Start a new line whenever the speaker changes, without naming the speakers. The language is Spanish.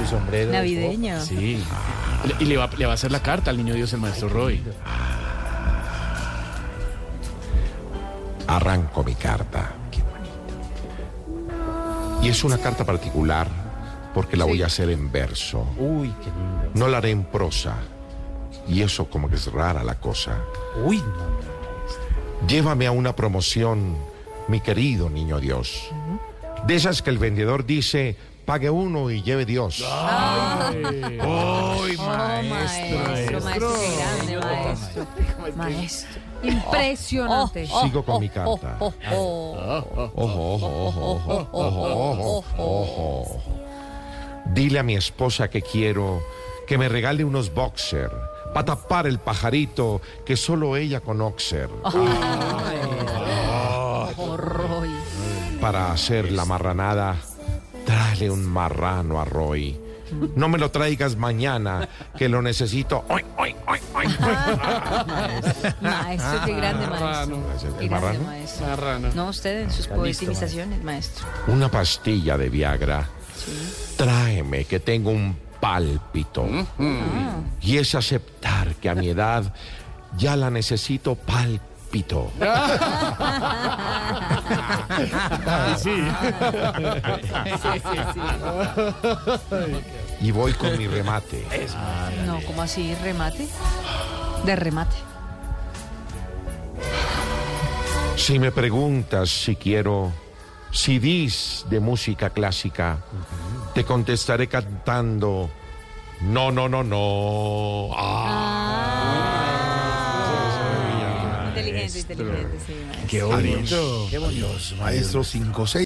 su sombrero.
Navideño.
Sí. Le- Y le va, le va a hacer la carta al niño Dios, el maestro Roy.
Arranco mi carta. Y es una carta particular porque la voy a hacer en verso.
Uy, qué lindo.
No la haré en prosa. Y eso como que es rara la cosa.
Uy, no.
Llévame a una promoción, mi querido niño Dios. De esas que el vendedor dice, pague uno y lleve Dios.
¡Uy,
Oh, maestro, maestro, qué grande, maestro. Maestro.
Impresionante.
Oh,
Sigo con
oh,
mi carta.
oh, oh,
Ojo, ojo, ojo, ojo, ojo, ojo, ojo. Dile a mi esposa que quiero que me regale unos boxer para tapar el pajarito que solo ella con oxer
oh, Roy.
para hacer la marranada. Dale un marrano a Roy. No me lo traigas mañana, que lo necesito. hoy, hoy, hoy, hoy, hoy.
Maestro, qué grande, maestro. Qué
¿El
grande,
marrano?
maestro. No, usted en sus poesimizaciones, maestro.
Una pastilla de Viagra. Tráeme que tengo un pálpito. Y es aceptar que a mi edad ya la necesito pálpito. Y voy con mi remate.
No, ¿cómo así? ¿Remate? De remate.
Si me preguntas si quiero CDs de música clásica, te contestaré cantando. No, no, no, no. Ah,
Inteligente, inteligente, sí, maestro.
Qué bonito. Qué bonito.
Los maestros 5-6.